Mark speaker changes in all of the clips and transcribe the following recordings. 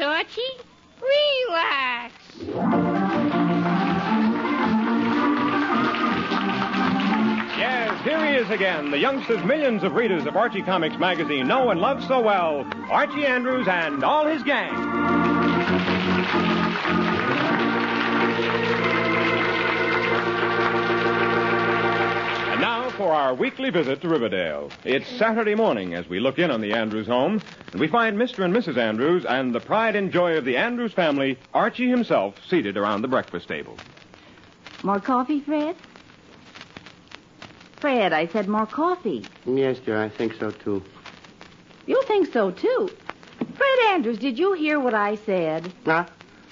Speaker 1: Archie. Relax.
Speaker 2: Yes, here he is again, the youngsters millions of readers of Archie Comics magazine know and love so well, Archie Andrews and all his gang. And now for our weekly visit to Riverdale. It's Saturday morning as we look in on the Andrews home, and we find Mr. and Mrs. Andrews and the pride and joy of the Andrews family, Archie himself, seated around the breakfast table.
Speaker 3: More coffee, Fred? Fred, I said more coffee.
Speaker 4: Yes, dear, I think so too.
Speaker 3: You think so, too. Fred Andrews, did you hear what I said?
Speaker 4: Huh?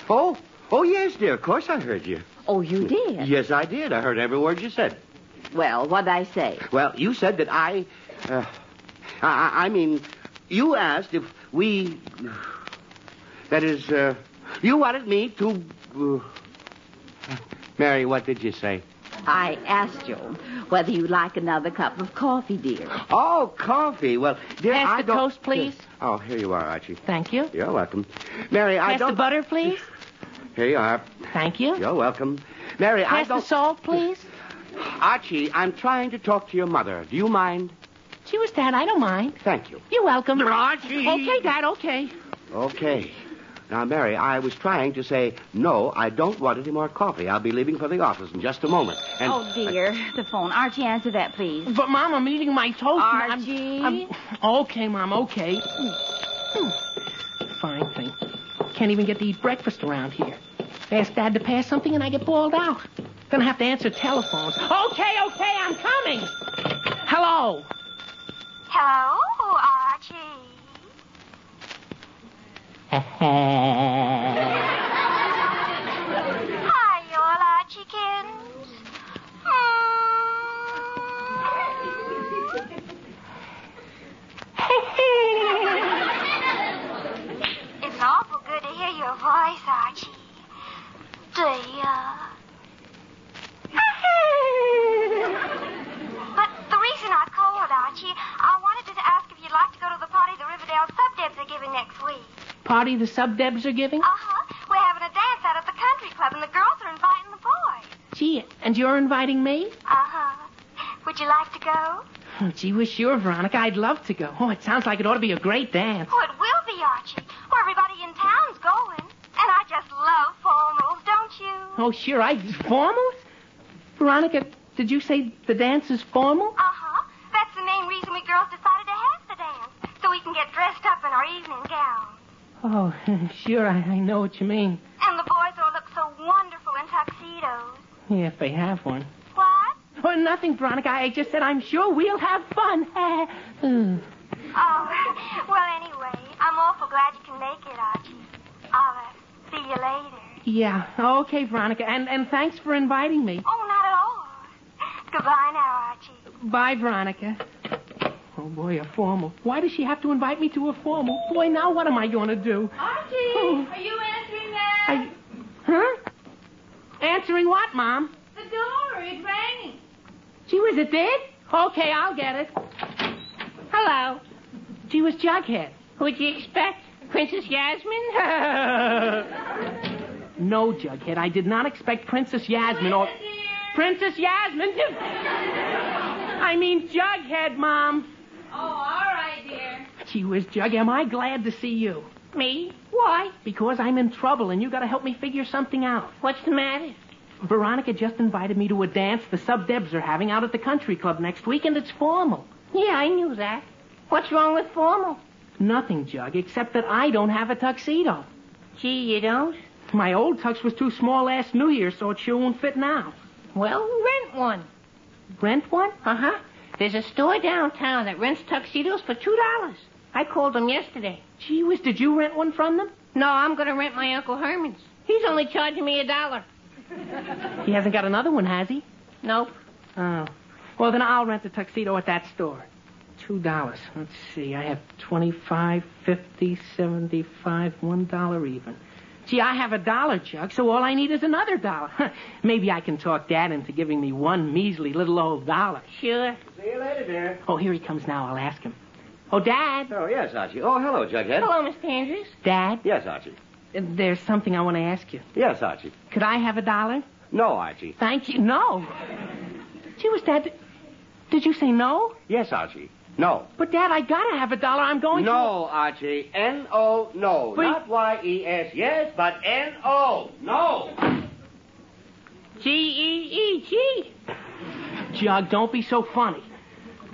Speaker 4: Oh, oh yes, dear. Of course I heard you.
Speaker 3: Oh, you did?
Speaker 4: Yes, I did. I heard every word you said.
Speaker 3: Well, what'd I say?
Speaker 4: Well, you said that I, uh, I, I- I mean, you asked if we, that is, uh, you wanted me to. uh, Mary, what did you say?
Speaker 3: I asked you whether you'd like another cup of coffee, dear.
Speaker 4: Oh, coffee. Well, dear,
Speaker 5: Pass
Speaker 4: I
Speaker 5: the
Speaker 4: don't-
Speaker 5: toast, please.
Speaker 4: Oh, here you are, Archie.
Speaker 5: Thank you.
Speaker 4: You're welcome, Mary. I
Speaker 5: Pass
Speaker 4: don't.
Speaker 5: the butter, please.
Speaker 4: Here you are.
Speaker 5: Thank you.
Speaker 4: You're welcome, Mary. I
Speaker 5: Pass
Speaker 4: don't.
Speaker 5: the salt, please.
Speaker 4: Archie, I'm trying to talk to your mother. Do you mind?
Speaker 5: She was that. I don't mind.
Speaker 4: Thank you.
Speaker 5: You're welcome.
Speaker 4: Archie!
Speaker 5: Okay, Dad, okay.
Speaker 4: Okay. Now, Mary, I was trying to say, no, I don't want any more coffee. I'll be leaving for the office in just a moment. And
Speaker 3: Oh, dear. The phone. Archie, answer that, please.
Speaker 5: But, Mom, I'm eating my toast. and I'm-
Speaker 3: Archie?
Speaker 5: I'm, okay, Mom, okay. Mm. Fine thing. Can't even get to eat breakfast around here. Ask Dad to pass something, and I get bawled out. Gonna have to answer telephones. Okay, okay, I'm coming. Hello.
Speaker 6: Hello, Archie. Hi, you all Archiekins. it's awful good to hear your voice, Archie. Dear. But the reason I called, Archie, I wanted to ask if you'd like to go to the party the Riverdale Subdebs are giving next week.
Speaker 5: Party the sub debs are giving?
Speaker 6: Uh huh. We're having a dance out at the country club, and the girls are inviting the boys.
Speaker 5: Gee, and you're inviting me?
Speaker 6: Uh huh. Would you like to go?
Speaker 5: Oh, gee, we're sure, Veronica. I'd love to go. Oh, it sounds like it ought to be a great dance.
Speaker 6: Oh, it will be, Archie. Well, everybody in town's going. And I just love formals, don't you?
Speaker 5: Oh, sure. I formal. Veronica, did you say the dance is formal?
Speaker 6: Uh huh. That's the main reason we girls decided to have the dance, so we can get dressed up in our evening gowns.
Speaker 5: Oh, sure. I, I know what you mean.
Speaker 6: And the boys all look so wonderful in tuxedos.
Speaker 5: Yeah, if they have one.
Speaker 6: What?
Speaker 5: Oh, nothing, Veronica. I just said I'm sure we'll have fun. Oh,
Speaker 6: Oh, well, anyway, I'm awful glad you can make it, Archie. I'll uh, see you later.
Speaker 5: yeah. Okay, Veronica. And and thanks for inviting me.
Speaker 6: Oh, not at all. Goodbye now, Archie.
Speaker 5: Bye, Veronica. Oh boy, a formal. Why does she have to invite me to a formal? Boy, now what am I going to do?
Speaker 1: Archie,
Speaker 5: Oh.
Speaker 1: are you answering that?
Speaker 5: I, huh? Answering what, Mom?
Speaker 1: The door, it rang.
Speaker 5: Gee whiz, it did? Okay, I'll get it. Hello. Gee whiz, Jughead.
Speaker 1: Who'd you expect? Princess Yasmin?
Speaker 5: No, Jughead, I did not expect Princess Yasmin or... Princess Yasmin? I mean Jughead, Mom.
Speaker 1: Oh, all right, dear.
Speaker 5: Gee whiz, Jug, am I glad to see you.
Speaker 1: Me? Why?
Speaker 5: Because I'm in trouble and you gotta help me figure something out.
Speaker 1: What's the matter?
Speaker 5: Veronica just invited me to a dance the sub-debs are having out at the country club next week and it's formal.
Speaker 1: Yeah, I knew that. What's wrong with formal?
Speaker 5: Nothing, Jug, except that I don't have a tuxedo.
Speaker 1: Gee, you don't?
Speaker 5: My old tux was too small last New Year, so it sure won't fit now.
Speaker 1: Well, rent one.
Speaker 5: Rent one?
Speaker 1: Uh huh. There's a store downtown that rents tuxedos for two dollars. I called them yesterday.
Speaker 5: Gee whiz, did you rent one from them?
Speaker 1: No, I'm going to rent my uncle Herman's. He's only charging me a dollar.
Speaker 5: He hasn't got another one, has he?
Speaker 1: Nope.
Speaker 5: Oh. Well, then I'll rent a tuxedo at that store. Two dollars. Let's see. I have twenty-five, fifty, seventy-five, one dollar even. Gee, I have a dollar, Chuck, so all I need is another dollar. Maybe I can talk Dad into giving me one measly little old dollar.
Speaker 1: Sure.
Speaker 4: See you later, dear.
Speaker 5: Oh, here he comes now. I'll ask him. Oh, Dad.
Speaker 4: Oh, yes, Archie. Oh, hello, Jughead.
Speaker 1: Hello, Mr. Andrews.
Speaker 5: Dad.
Speaker 4: Yes, Archie.
Speaker 5: There's something I want to ask you.
Speaker 4: Yes, Archie.
Speaker 5: Could I have a dollar?
Speaker 4: No, Archie.
Speaker 5: Thank you. No. Gee, was that. Did you say no?
Speaker 4: Yes, Archie. No.
Speaker 5: But, Dad, I gotta have a dollar. I'm going to.
Speaker 4: No, Archie. N O no.
Speaker 5: But-
Speaker 4: Not Y E S. Yes, but N O. No.
Speaker 5: G E E G. Jug, don't be so funny.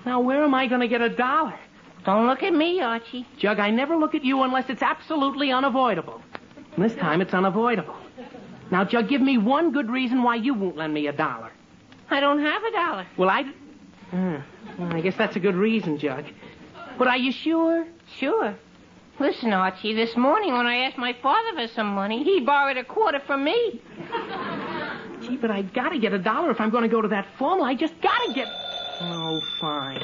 Speaker 5: Now, where am I going to get a dollar?
Speaker 1: Don't look at me, Archie.
Speaker 5: Jug, I never look at you unless it's absolutely unavoidable. And this time it's unavoidable. Now, Jug, give me one good reason why you won't lend me a dollar.
Speaker 1: I don't have a dollar.
Speaker 5: Well, I. Hmm. Well, I guess that's a good reason, Jug. But are you sure?
Speaker 1: Sure. Listen, Archie, this morning when I asked my father for some money, he borrowed a quarter from me.
Speaker 5: Gee, but I gotta get a dollar if I'm gonna go to that formal. I just gotta get. Oh, fine.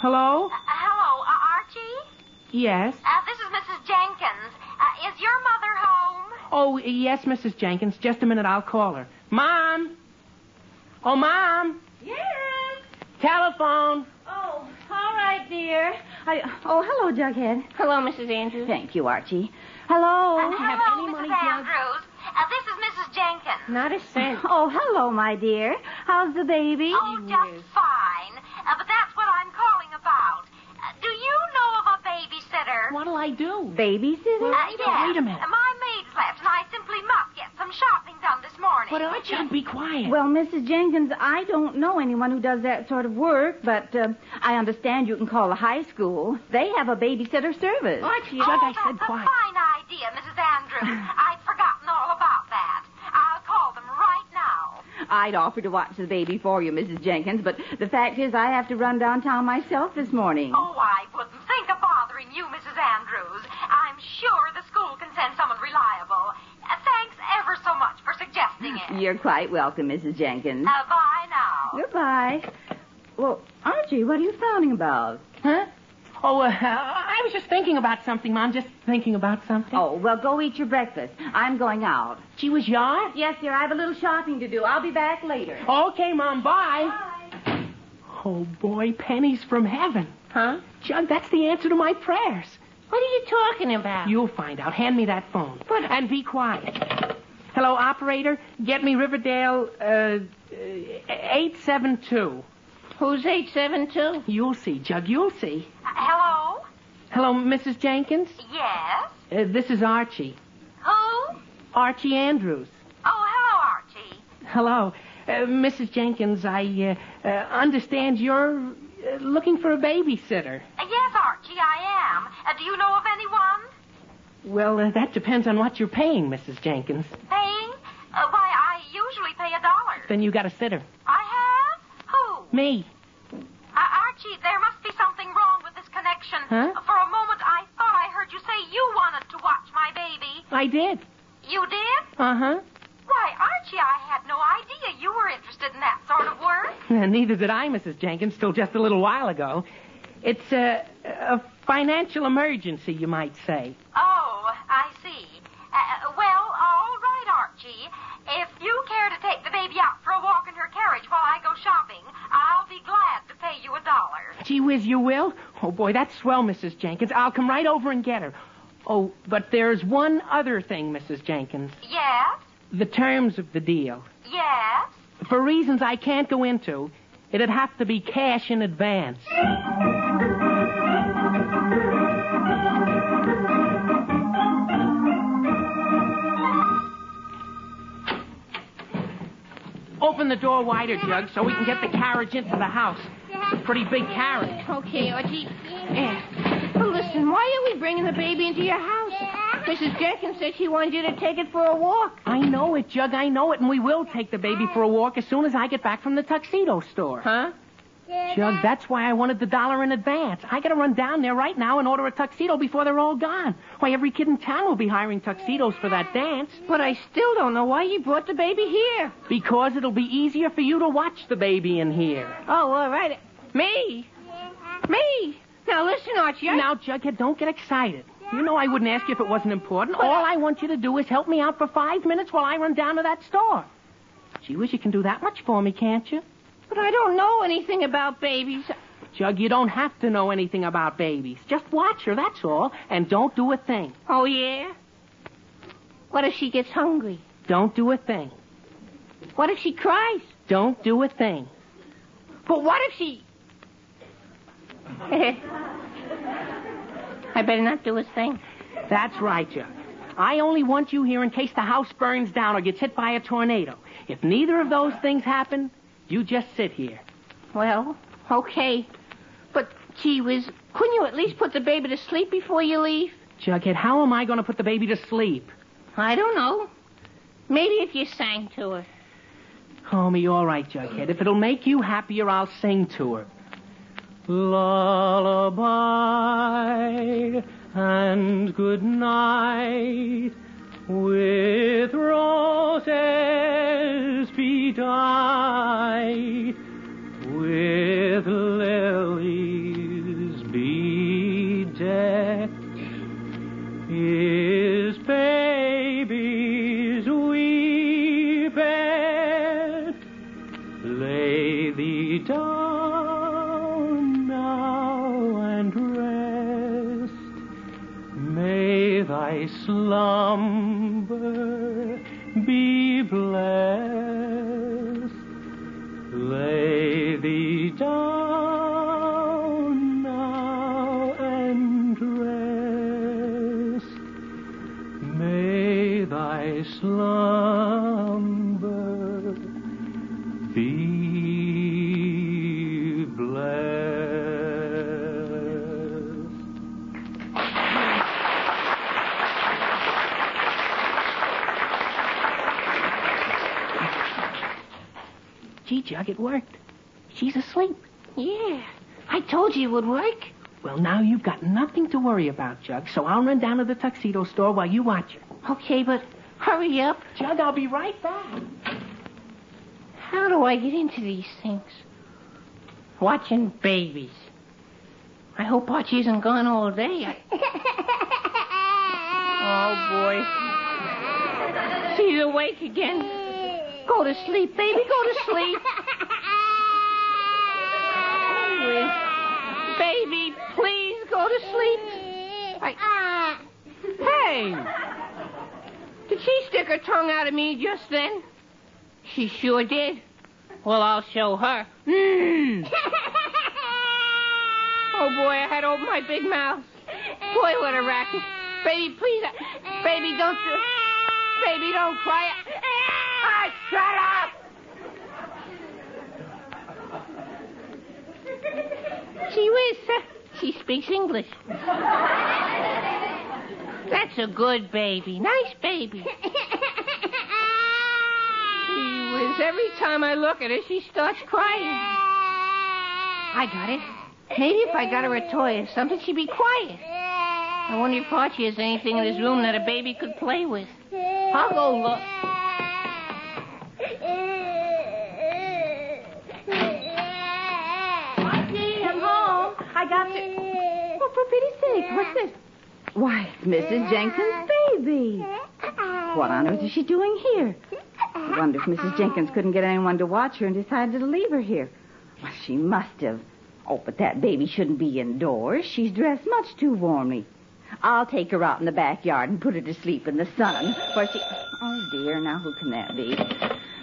Speaker 5: Hello?
Speaker 6: Uh, hello, uh, Archie?
Speaker 5: Yes.
Speaker 6: Uh, this is Mrs. Jenkins. Uh, is your mother home?
Speaker 5: Oh, yes, Mrs. Jenkins. Just a minute, I'll call her. Mom? Oh, Mom?
Speaker 3: Yes.
Speaker 5: Telephone.
Speaker 3: Oh, all right, dear. I, oh, hello, Jughead.
Speaker 1: Hello, Mrs. Andrews.
Speaker 3: Thank you, Archie. Hello.
Speaker 6: Uh, hello, Mrs. Andrews. Uh, this is Mrs. Jenkins.
Speaker 1: Not a cent.
Speaker 3: Oh, hello, my dear. How's the baby?
Speaker 6: Oh, just fine. Uh, but that's what I'm calling about. Uh, do you know of a babysitter?
Speaker 5: What'll I do?
Speaker 3: Babysitter?
Speaker 6: Uh, yes.
Speaker 5: wait a minute.
Speaker 6: Uh, My maid's left, and I simply must get some shopping done this morning.
Speaker 5: But, uh, Jug, be quiet.
Speaker 3: Well, Mrs. Jenkins, I don't know anyone who does that sort of work, but uh, I understand you can call the high school. They have a babysitter service.
Speaker 5: Archie,
Speaker 6: oh,
Speaker 5: Jug, I
Speaker 6: that's
Speaker 5: said
Speaker 6: a
Speaker 5: quiet.
Speaker 6: fine idea, Mrs. Andrews. I'd forgotten all about that. I'll call them right now.
Speaker 3: I'd offer to watch the baby for you, Mrs. Jenkins, but the fact is I have to run downtown myself this morning.
Speaker 6: Oh, I wouldn't think of bothering you, Mrs. Andrews. I'm sure the school can send someone reliable. Uh, thanks ever so much for suggesting it.
Speaker 3: You're quite welcome, Mrs. Jenkins.
Speaker 6: Uh, bye now.
Speaker 3: Goodbye. Well, Archie, what are you frowning about?
Speaker 5: Huh? Oh, uh, I was just thinking about something, Mom. Just thinking about something.
Speaker 3: Oh, well, go eat your breakfast. I'm going out.
Speaker 5: she was yard?
Speaker 3: Yes, dear, I have a little shopping to do. I'll be back later.
Speaker 5: Okay, Mom, bye. Oh, boy, pennies from heaven.
Speaker 1: Huh?
Speaker 5: Jug, that's the answer to my prayers.
Speaker 1: What are you talking about?
Speaker 5: You'll find out. Hand me that phone.
Speaker 1: But-
Speaker 5: and be quiet. Hello, operator. Get me Riverdale uh, uh, 872.
Speaker 1: Who's 872?
Speaker 5: You'll see, Jug. You'll see.
Speaker 6: Uh, hello?
Speaker 5: Hello, Mrs. Jenkins.
Speaker 6: Yes?
Speaker 5: Uh, this is Archie.
Speaker 6: Who?
Speaker 5: Archie Andrews.
Speaker 6: Oh, hello, Archie.
Speaker 5: Hello. Uh, Mrs. Jenkins, I uh, uh, understand you're uh, looking for a babysitter.
Speaker 6: Uh, yes, Archie, I am. Uh, do you know of anyone?
Speaker 5: Well, uh, that depends on what you're paying, Mrs. Jenkins.
Speaker 6: Paying? Uh, why, I usually pay a dollar.
Speaker 5: Then you got a sitter.
Speaker 6: I have? Who?
Speaker 5: Me.
Speaker 6: Uh, Archie, there must be something wrong with this connection.
Speaker 5: Huh?
Speaker 6: For a moment, I thought I heard you say you wanted to watch my baby.
Speaker 5: I did.
Speaker 6: You did?
Speaker 5: Uh huh.
Speaker 6: Why, Archie, I had no idea you were interested in that sort of work.
Speaker 5: Neither did I, Mrs. Jenkins, till just a little while ago. It's a, a financial emergency, you might say.
Speaker 6: Oh, I see. Uh, well, all right, Archie. If you care to take the baby out for a walk in her carriage while I go shopping, I'll be glad to pay you a dollar.
Speaker 5: Gee whiz, you will? Oh, boy, that's swell, Mrs. Jenkins. I'll come right over and get her. Oh, but there's one other thing, Mrs. Jenkins.
Speaker 6: Yes?
Speaker 5: The terms of the deal.
Speaker 6: Yes?
Speaker 5: For reasons I can't go into, it'd have to be cash in advance. Open the door wider, Jug, so we can get the carriage into the house. It's a pretty big carriage.
Speaker 1: Okay, Archie. Yeah. Eh. Well, listen, why are we bringing the baby into your house? Mrs. Jenkins said she wanted you to take it for a walk.
Speaker 5: I know it, Jug. I know it, and we will take the baby for a walk as soon as I get back from the tuxedo store.
Speaker 1: Huh?
Speaker 5: Jug, that's why I wanted the dollar in advance. I gotta run down there right now and order a tuxedo before they're all gone. Why, every kid in town will be hiring tuxedos for that dance.
Speaker 1: But I still don't know why you brought the baby here.
Speaker 5: Because it'll be easier for you to watch the baby in here.
Speaker 1: Oh, all right. Me? Me? Now listen, Archie. I...
Speaker 5: Now, Jughead, don't get excited. You know I wouldn't ask you if it wasn't important. All I want you to do is help me out for five minutes while I run down to that store. Gee whiz, you can do that much for me, can't you?
Speaker 1: But I don't know anything about babies.
Speaker 5: Jug, you don't have to know anything about babies. Just watch her, that's all, and don't do a thing.
Speaker 1: Oh, yeah? What if she gets hungry?
Speaker 5: Don't do a thing.
Speaker 1: What if she cries?
Speaker 5: Don't do a thing.
Speaker 1: But what if she. I better not do a thing.
Speaker 5: That's right, Chuck. I only want you here in case the house burns down or gets hit by a tornado. If neither of those things happen, you just sit here.
Speaker 1: Well, okay. But, gee whiz, couldn't you at least put the baby to sleep before you leave?
Speaker 5: Jughead, how am I going to put the baby to sleep?
Speaker 1: I don't know. Maybe if you sang to her.
Speaker 5: Homie, all right, Jughead. If it'll make you happier, I'll sing to her. Lullaby and good night with roses bedight with lilies bedecked is babies weepeth. Lay thee down now and rest. May thy slumber be blessed. Lay thee down now and rest. May thy slumber be blessed. Gee, Jug, it worked. She's asleep.
Speaker 1: Yeah. I told you it would work.
Speaker 5: Well, now you've got nothing to worry about, Jug, so I'll run down to the tuxedo store while you watch her.
Speaker 1: Okay, but hurry up.
Speaker 5: Jug, I'll be right back.
Speaker 1: How do I get into these things? Watching babies. I hope Archie isn't gone all day. oh, boy. She's awake again. Go to sleep, baby, go to sleep. baby, please go to sleep. I... Hey! Did she stick her tongue out at me just then? She sure did. Well, I'll show her. Mm. Oh boy, I had to open my big mouth. Boy, what a racket. Baby, please, I- baby, don't do. Baby, don't cry. Ah, shut up. She whiz, huh? she speaks English. That's a good baby, nice baby. She whiz, every time I look at her, she starts crying. I got it. Maybe if I got her a toy or something, she'd be quiet. I wonder if Archie has anything in his room that a baby could play with. I'll go look.
Speaker 3: Archie, I'm home. I got the. Oh, for pity's sake, what's this? Why, it's Mrs. Jenkins' baby. What on earth is she doing here? I wonder if Mrs. Jenkins couldn't get anyone to watch her and decided to leave her here. Well, she must have. Oh, but that baby shouldn't be indoors. She's dressed much too warmly. I'll take her out in the backyard and put her to sleep in the sun. For she. Oh, dear, now who can that be?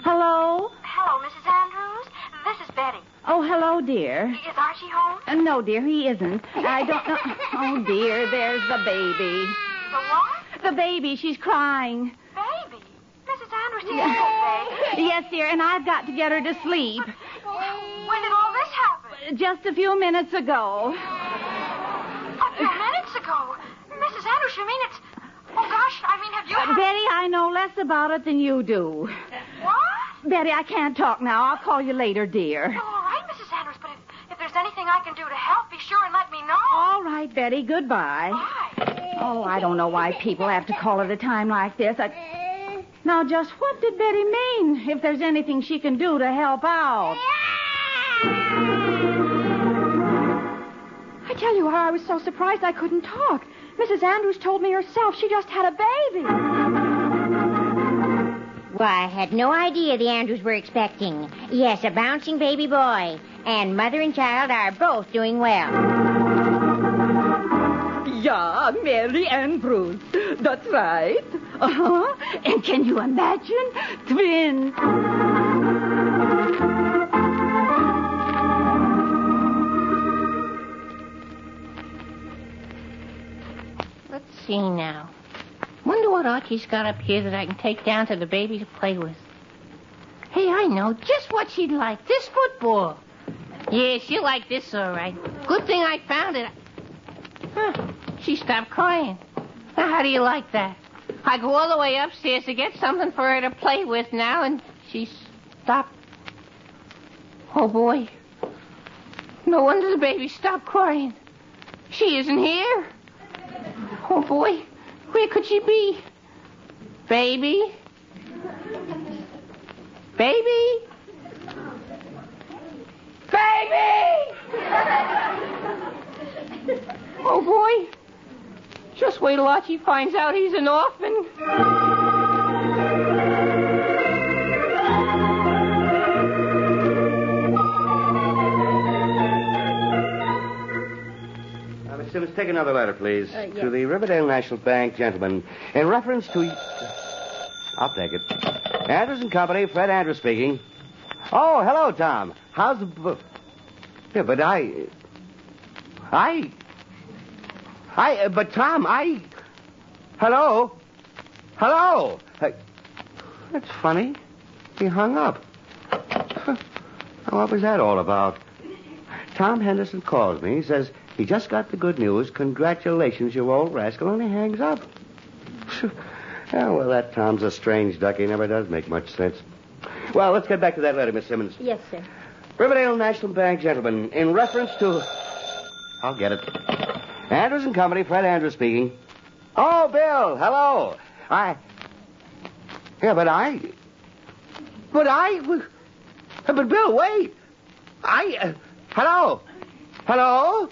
Speaker 3: Hello?
Speaker 6: Hello, Mrs. Andrews. This is Betty.
Speaker 3: Oh, hello, dear.
Speaker 6: Is Archie home?
Speaker 3: Uh, no, dear, he isn't. I don't know. Oh, dear, there's the baby.
Speaker 6: The what?
Speaker 3: The baby, she's crying.
Speaker 6: Baby. Mrs. Andrews, do you have a baby?
Speaker 3: Yes, dear, and I've got to get her to sleep.
Speaker 6: When did all this happen?
Speaker 3: Just a few minutes ago.
Speaker 6: A few minutes ago. Mrs. Andrews, you mean it's... Oh, gosh, I mean, have you...
Speaker 3: But Betty, I know less about it than you do.
Speaker 6: What?
Speaker 3: Betty, I can't talk now. I'll call you later, dear.
Speaker 6: Well, all right, Mrs. Andrews, but if, if there's anything I can do to help, be sure and let me know.
Speaker 3: All right, Betty, goodbye.
Speaker 6: Why?
Speaker 3: Oh, I don't know why people have to call at a time like this. I... Now, just what did Betty mean? If there's anything she can do to help out. I tell you, I was so surprised I couldn't talk. Mrs. Andrews told me herself she just had a baby.
Speaker 7: Why, I had no idea the Andrews were expecting. Yes, a bouncing baby boy. And mother and child are both doing well.
Speaker 3: Yeah, Mary Andrews. That's right. Uh-huh. And can you imagine? Twins.
Speaker 1: Let's see now. Wonder what Archie's got up here that I can take down to the baby to play with. Hey, I know just what she'd like. This football. Yeah, she'll like this all right. Good thing I found it. Huh. She stopped crying. Now, how do you like that? I go all the way upstairs to get something for her to play with now, and she stopped. Oh, boy. No wonder the baby stopped crying. She isn't here. Oh, boy. Where could she be? Baby? Baby? Baby! oh, boy. Just wait till Archie finds out he's an orphan.
Speaker 4: Uh, Miss Simmons, take another letter, please. To the Riverdale National Bank gentleman. In reference to. I'll take it. Andrews and Company, Fred Andrews speaking. Oh, hello, Tom. How's the. bu- Yeah, but I. I. I. uh, but, Tom, I. Hello? Hello? Uh, that's funny. He hung up. Huh. What was that all about? Tom Henderson calls me. He says he just got the good news. Congratulations, you old rascal, and he hangs up. yeah, well, that Tom's a strange duck. He never does make much sense. Well, let's get back to that letter, Miss Simmons.
Speaker 8: Yes, sir.
Speaker 4: Riverdale National Bank, gentlemen, in reference to. I'll get it. Andrews and Company, Fred Andrews speaking. Oh, Bill, hello. I. Yeah, but I. But I. But Bill, wait. I. Uh, hello. Hello.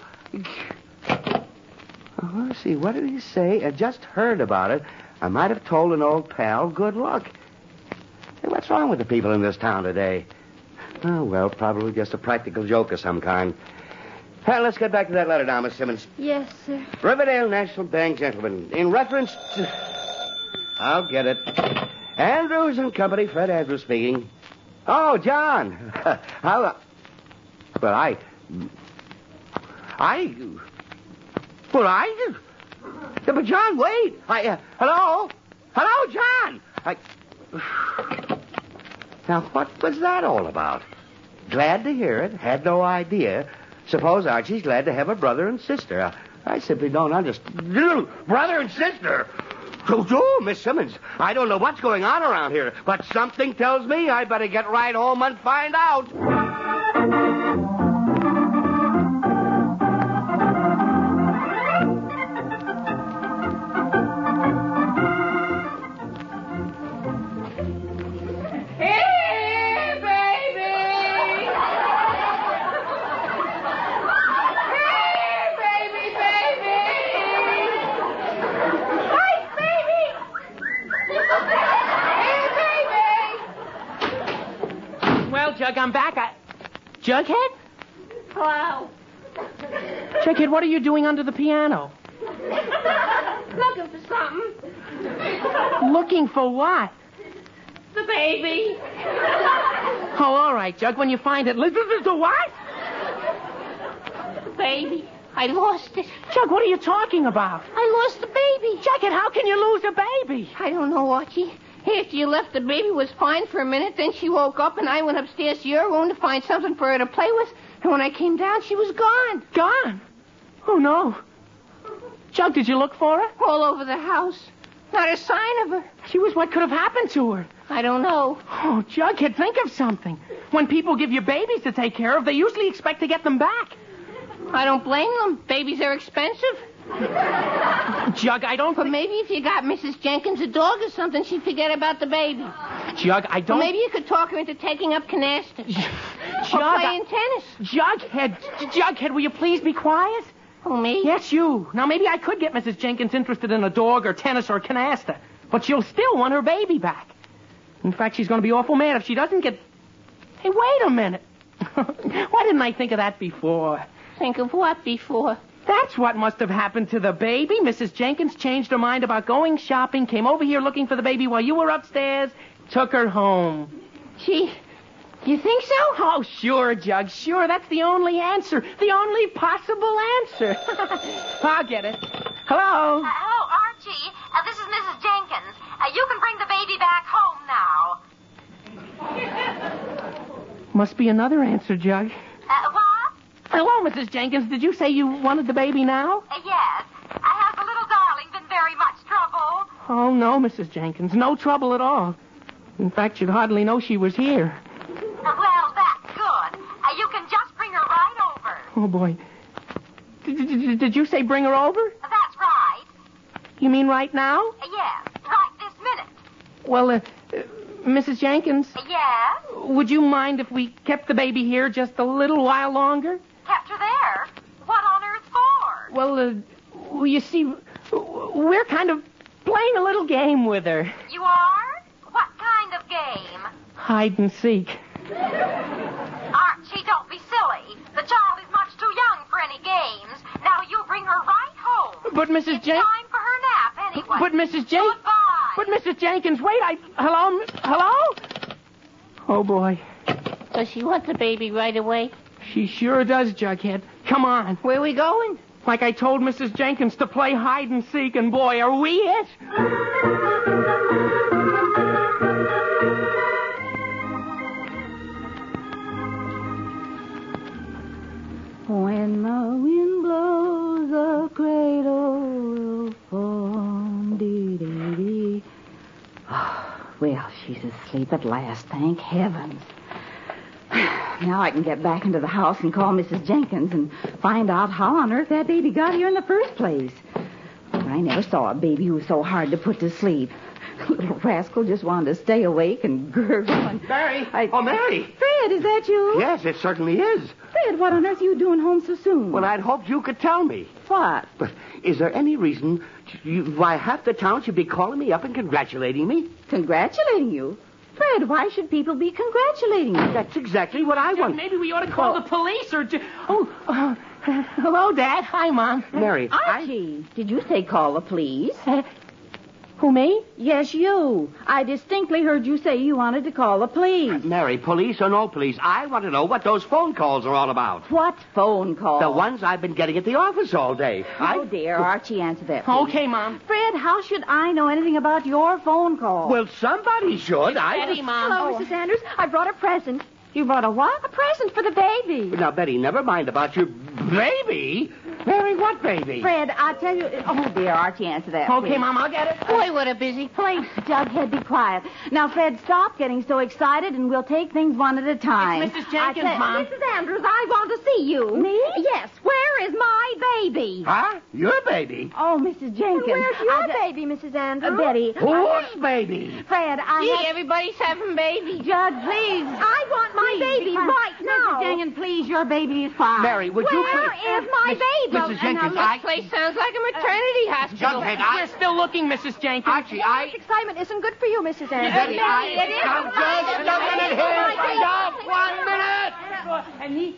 Speaker 4: Oh, let's see. What did he say? I just heard about it. I might have told an old pal. Good luck. Hey, what's wrong with the people in this town today? Oh, well, probably just a practical joke of some kind. Well, let's get back to that letter now, Miss Simmons.
Speaker 8: Yes, sir.
Speaker 4: Riverdale National Bank, gentlemen. In reference to. I'll get it. Andrews and Company, Fred Andrews speaking. Oh, John. How. Well, I. I. Well, I. Yeah, but, John, wait. I. Uh, hello? Hello, John. I. Now, what was that all about? Glad to hear it. Had no idea. Suppose Archie's glad to have a brother and sister. I, I simply don't understand. Brother and sister? Oh, do, Miss Simmons. I don't know what's going on around here, but something tells me I better get right home and find out.
Speaker 1: Hey, baby! Hey, baby, baby! Hi, baby! Hey,
Speaker 5: Well, Jug, I'm back. I... Jughead?
Speaker 1: baby! Wow.
Speaker 5: Jughead, what are you doing under the piano?
Speaker 1: Looking for something.
Speaker 5: Looking for what?
Speaker 1: The baby.
Speaker 5: Oh, all right, Jug, when you find it. Listen to what?
Speaker 1: Baby. I lost it.
Speaker 5: Jug, what are you talking about?
Speaker 1: I lost the baby.
Speaker 5: Jughead, how can you lose a baby?
Speaker 1: I don't know, Archie. After you left, the baby was fine for a minute. Then she woke up, and I went upstairs to your room to find something for her to play with. And when I came down, she was gone.
Speaker 5: Gone. Oh, no. Jug, did you look for her?
Speaker 1: All over the house. Not a sign of her.
Speaker 5: She was what could have happened to her.
Speaker 1: I don't know.
Speaker 5: Oh, Jughead, think of something. When people give you babies to take care of, they usually expect to get them back.
Speaker 1: I don't blame them. Babies are expensive.
Speaker 5: Jug, I don't.
Speaker 1: But maybe if you got Mrs. Jenkins a dog or something, she'd forget about the baby.
Speaker 5: Jug, I
Speaker 1: Or
Speaker 5: don't.
Speaker 1: maybe you could talk her into taking up canasta or
Speaker 5: Jug, I-
Speaker 1: playing tennis.
Speaker 5: Jughead, Jughead, will you please be quiet?
Speaker 1: Oh, me?
Speaker 5: Yes, you. Now, maybe I could get Mrs. Jenkins interested in a dog or tennis or canasta, but she'll still want her baby back. In fact, she's going to be awful mad if she doesn't get. Hey, wait a minute. Why didn't I think of that before?
Speaker 1: Think of what before?
Speaker 5: That's what must have happened to the baby. Mrs. Jenkins changed her mind about going shopping, came over here looking for the baby while you were upstairs, took her home.
Speaker 1: Gee, you think so?
Speaker 5: Oh, sure, Jug, sure. That's the only answer. The only possible answer. I'll get it. Hello?
Speaker 6: Uh, hello, Archie. Uh, this is Mrs. Jenkins. Uh, you can bring the baby back home now.
Speaker 5: Must be another answer, Jug.
Speaker 6: Uh, what?
Speaker 5: Hello, Mrs. Jenkins. Did you say you wanted the baby now?
Speaker 6: Uh, yes. Uh, has the little darling been very much troubled?
Speaker 5: Oh, no, Mrs. Jenkins. No trouble at all. In fact, you'd hardly know she was here.
Speaker 6: Uh, well, that's good. Uh, you can just bring her right over.
Speaker 5: Oh, boy. Did, did, did you say bring her over?
Speaker 6: Uh, that's right.
Speaker 5: You mean right now?
Speaker 6: Uh, yes, right this minute.
Speaker 5: Well, uh, uh, Mrs. Jenkins,
Speaker 6: Uh, yes?
Speaker 5: would you mind if we kept the baby here just a little while longer?
Speaker 6: Kept her there? What on earth for?
Speaker 5: Well, uh, well, you see, w- we're kind of playing a little game with her
Speaker 6: You are? What kind of game?
Speaker 5: hide and seek.
Speaker 6: Archie, don't be silly. The child is much too young for any games. Now you bring her right home.
Speaker 5: But, Mrs.
Speaker 6: It's
Speaker 5: Jenkins.
Speaker 6: time for her nap, anyway.
Speaker 5: But, Mrs. Jen-
Speaker 6: Goodbye.
Speaker 5: But, Mrs. Jenkins, wait, I. Hello? m- Hello? Oh, boy.
Speaker 1: Does she want the baby right away?
Speaker 5: She sure does, Jughead. Come on.
Speaker 1: Where we going?
Speaker 5: Like I told Mrs. Jenkins to play hide and seek, and boy, are we it?
Speaker 3: When the wind blows, the cradle will form. Dee, dee, dee. well, she's asleep at last, thank heavens. Now I can get back into the house and call Mrs. Jenkins and find out how on earth that baby got here in the first place. I never saw a baby who was so hard to put to sleep. Little rascal just wanted to stay awake and gurgle and.
Speaker 4: Mary.
Speaker 3: I-
Speaker 4: Oh, Mary.
Speaker 3: Fred, is that you?
Speaker 4: Yes, it certainly is.
Speaker 3: Fred, what on earth are you doing home so soon?
Speaker 4: Well, I'd hoped you could tell me.
Speaker 3: What?
Speaker 4: But is there any reason you, why half the town should be calling me up and congratulating me?
Speaker 3: Congratulating you? Fred, why should people be congratulating you?
Speaker 4: That's exactly what I want.
Speaker 5: Maybe we ought to call the police or. Ju- oh, uh, hello, Dad. Hi, Mom.
Speaker 4: Mary,
Speaker 3: Archie, did you say call the police?
Speaker 5: Who, me?
Speaker 3: Yes, you. I distinctly heard you say you wanted to call the police.
Speaker 4: Mary, police or no police, I want to know what those phone calls are all about.
Speaker 3: What phone call?
Speaker 4: The ones I've been getting at the office all day.
Speaker 3: Oh, dear, Archie, answer that. please.
Speaker 5: Okay, Mom.
Speaker 3: Fred, how should I know anything about your phone call?
Speaker 4: Well, somebody should. I.
Speaker 5: Betty, Mom.
Speaker 8: Hello, Mrs. Andrews. I brought a present.
Speaker 3: um, you brought a what?
Speaker 8: A present for the baby.
Speaker 4: Now, Betty, never mind about your baby. Mary, what baby?
Speaker 3: Fred, I tell you. Oh, dear, Archie, answer that.
Speaker 5: Okay,
Speaker 3: please.
Speaker 5: Mom, I'll get it.
Speaker 1: Boy, what a busy place.
Speaker 3: Jughead, be quiet. Now, Fred, stop getting so excited, and we'll take things one at a time.
Speaker 5: It's Mrs. Jenkins,
Speaker 3: I tell-
Speaker 5: Mom.
Speaker 8: Mrs. Andrews, I want to see you.
Speaker 3: Me?
Speaker 8: Yes. Where is my baby?
Speaker 4: Huh? Your baby?
Speaker 3: Oh, Mrs. Jenkins.
Speaker 8: Where's your
Speaker 3: I ju-
Speaker 8: baby, Mrs.
Speaker 3: Uh,
Speaker 8: Andrews?
Speaker 3: Betty.
Speaker 4: Whose baby?
Speaker 3: Fred, I
Speaker 1: Gee,
Speaker 3: have...
Speaker 1: everybody's having babies.
Speaker 3: Judge, please.
Speaker 8: I want my
Speaker 3: Please,
Speaker 8: baby
Speaker 3: be quiet.
Speaker 8: right now.
Speaker 3: Mrs. Jenkins, please, your baby is fine.
Speaker 4: Mary, would you
Speaker 8: Where
Speaker 4: please...
Speaker 8: is my baby?
Speaker 4: Mrs. Jenkins,
Speaker 1: This
Speaker 4: I...
Speaker 1: place sounds like a maternity hospital.
Speaker 4: Jughead, I...
Speaker 5: We're still looking, Mrs. Jenkins.
Speaker 4: Archie, I...
Speaker 8: This excitement isn't good for you, Mrs. Andrews.
Speaker 4: Betty, I... Now, just a minute
Speaker 1: Oh,
Speaker 4: here. Just one minute.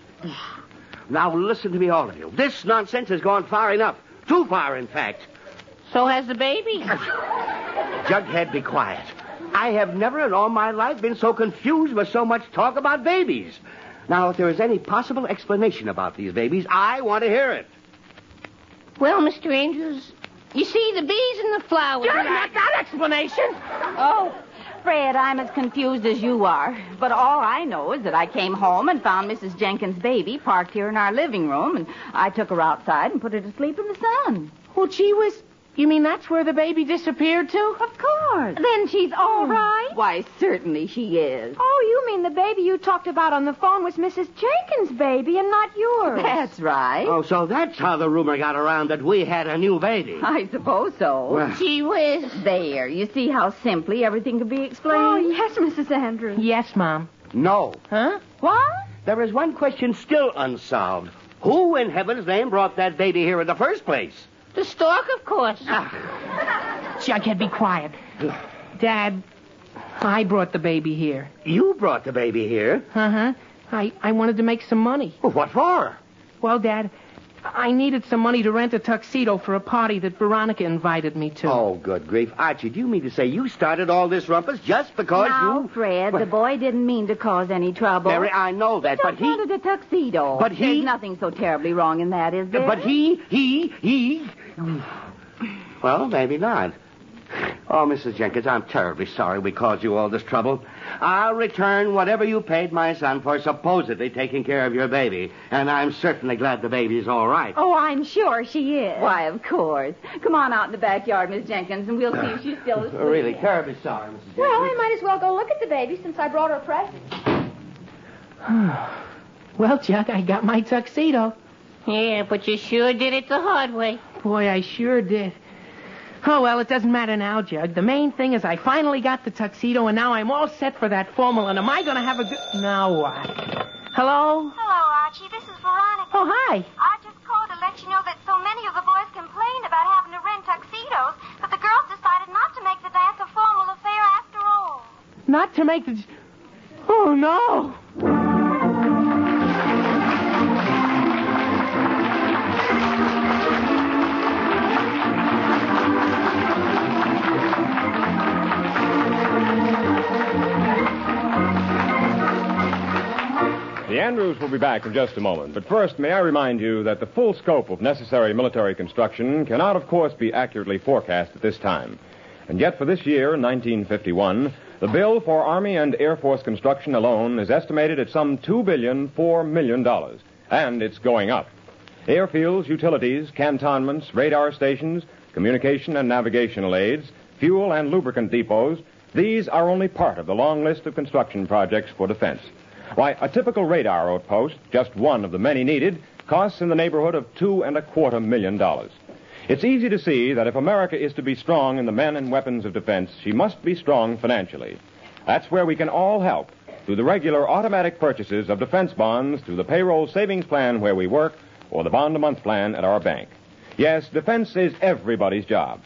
Speaker 4: Now, listen to me, all of you. This nonsense has gone far enough. Too far, in fact.
Speaker 1: So has the baby.
Speaker 4: Jughead, be quiet. I have never in all my life been so confused with so much talk about babies. Now, if there is any possible explanation about these babies, I want to hear it.
Speaker 1: Well, Mr. Andrews, you see, the bees and the flowers.
Speaker 5: Not that explanation.
Speaker 3: Oh, Fred, I'm as confused as you are. But all I know is that I came home and found Mrs. Jenkins' baby parked here in our living room, and I took her outside and put her to sleep in the sun.
Speaker 5: Well, gee whiz. You mean that's where the baby disappeared to?
Speaker 3: Of course.
Speaker 8: Then she's all right.
Speaker 3: Why, certainly she is.
Speaker 8: Hmm. Oh, you mean the baby you talked about on the phone was Mrs. Jenkins' baby and not yours?
Speaker 3: That's right.
Speaker 4: Oh, so that's how the rumor got around that we had a new baby.
Speaker 3: I suppose so.
Speaker 4: Well,
Speaker 1: Gee whiz.
Speaker 3: There, you see how simply everything can be explained?
Speaker 8: Oh, yes, Mrs. Andrews.
Speaker 5: Yes, Mom.
Speaker 4: no.
Speaker 5: Huh?
Speaker 3: What?
Speaker 4: There is one question still unsolved. Who in heaven's name brought that baby here in the first place? Ah,
Speaker 1: The stork, of course.
Speaker 5: Jughead, be quiet. Dad, I brought the baby here. Uh-huh.
Speaker 4: You brought the baby here.
Speaker 5: Uh huh. I, I wanted to make some money.
Speaker 4: Well, what Oh, for?
Speaker 5: Well, Dad, I needed some money to rent a tuxedo for a party that Veronica invited me to.
Speaker 4: Oh, good grief. Archie, do you mean to say you started all this rumpus just because
Speaker 3: now,
Speaker 4: Oh, you.
Speaker 3: Fred, the boy didn't mean to cause any trouble.
Speaker 4: Mary, I know that,
Speaker 3: Just
Speaker 4: but he.
Speaker 3: wanted a tuxedo.
Speaker 4: But he-
Speaker 3: There's nothing so terribly wrong in that, is there?
Speaker 4: But he, he, he. Well, maybe not. Oh, Mrs. Jenkins, I'm terribly sorry we caused you all this trouble. I'll return whatever you paid my son for supposedly taking care of your baby, and I'm certainly glad the baby's all right.
Speaker 8: Oh, I'm sure she is.
Speaker 3: Why, of course. Come on out in the backyard, Miss Jenkins, and we'll see if she's still asleep.
Speaker 4: really, terribly sorry, Mrs. Jenkins.
Speaker 8: Well, I might as well go look at the baby since I brought her a present.
Speaker 5: Well, Jack, I got my tuxedo.
Speaker 1: Yeah, but you sure did it the hard way.
Speaker 5: Boy, I sure did. Oh, well, it doesn't matter now, Jug. The main thing is I finally got the tuxedo, and now I'm all set for that formal, and am I going to have a good... Now what? Hello?
Speaker 6: Hello, Archie. This is Veronica.
Speaker 5: Oh, hi.
Speaker 6: I just called to let you know that so many of the boys complained about having to rent tuxedos, but the girls decided not to make the dance a formal affair after all.
Speaker 5: Not to make the... Oh, no.
Speaker 2: The Andrews will be back in just a moment, but first, may I remind you that the full scope of necessary military construction cannot, of course, be accurately forecast at this time. And yet, for this year, 1951, the bill for Army and Air Force construction alone is estimated at some $2,004 million, and it's going up. Airfields, utilities, cantonments, radar stations, communication and navigational aids, fuel and lubricant depots, these are only part of the long list of construction projects for defense. Why, a typical radar outpost, just one of the many needed, costs in the neighborhood of two and a quarter million dollars. It's easy to see that if America is to be strong in the men and weapons of defense, she must be strong financially. That's where we can all help through the regular automatic purchases of defense bonds through the payroll savings plan where we work or the bond a month plan at our bank. Yes, defense is everybody's job.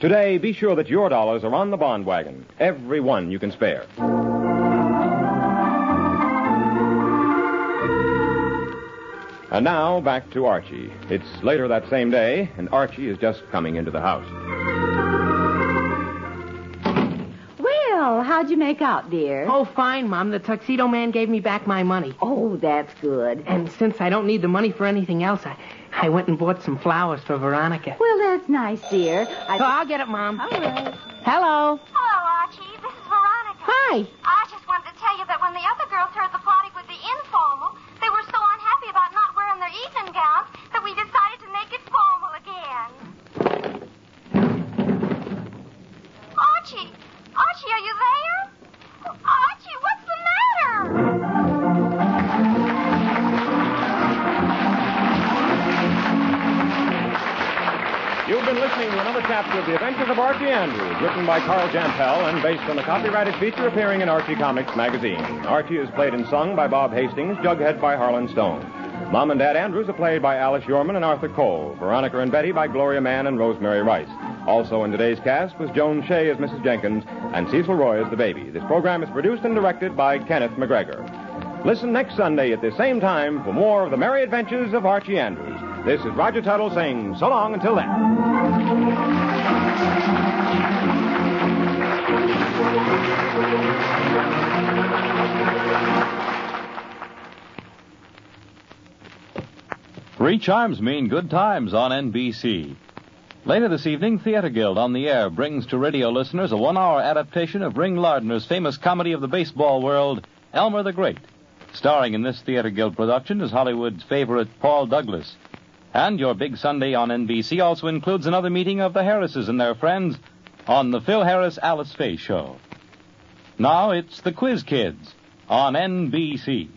Speaker 2: Today, be sure that your dollars are on the bond wagon, every one you can spare. And now, back to Archie. It's later that same day, and Archie is just coming into the house.
Speaker 3: Well, how'd you make out, dear?
Speaker 5: Oh, fine, Mom. The tuxedo man gave me back my money.
Speaker 3: Oh, that's good.
Speaker 5: And since I don't need the money for anything else, I, I went and bought some flowers for Veronica.
Speaker 3: Well, that's nice, dear.
Speaker 5: Oh,
Speaker 3: I...
Speaker 5: I'll get it, Mom.
Speaker 3: All right.
Speaker 5: Hello.
Speaker 6: Hello, Archie. This is Veronica.
Speaker 5: Hi.
Speaker 6: I just wanted to tell you that when the other girls heard the party was the informal, they were so unhappy about not wearing their evening gowns that we decided to make it formal again. Archie! Archie, are you there? Archie, what's the matter?
Speaker 2: You've been listening to another chapter of The Adventures of Archie Andrews, written by Carl Jampel and based on the copyrighted feature appearing in Archie Comics magazine. Archie is played and sung by Bob Hastings, Jughead by Harlan Stone. Mom and Dad Andrews are played by Alice Yorman and Arthur Cole, Veronica and Betty by Gloria Mann and Rosemary Rice. Also in today's cast was Joan Shea as Mrs. Jenkins and Cecil Roy as the baby. This program is produced and directed by Kenneth McGregor. Listen next Sunday at the same time for more of the merry adventures of Archie Andrews. This is Roger Tuttle saying so long until then.
Speaker 9: Three chimes mean good times on NBC. Later this evening, Theater Guild on the Air brings to radio listeners a one hour adaptation of Ring Lardner's famous comedy of the baseball world, Elmer the Great. Starring in this Theater Guild production is Hollywood's favorite Paul Douglas. And your big Sunday on NBC also includes another meeting of the Harrises and their friends on the Phil Harris Alice Faye Show. Now it's the Quiz Kids on NBC.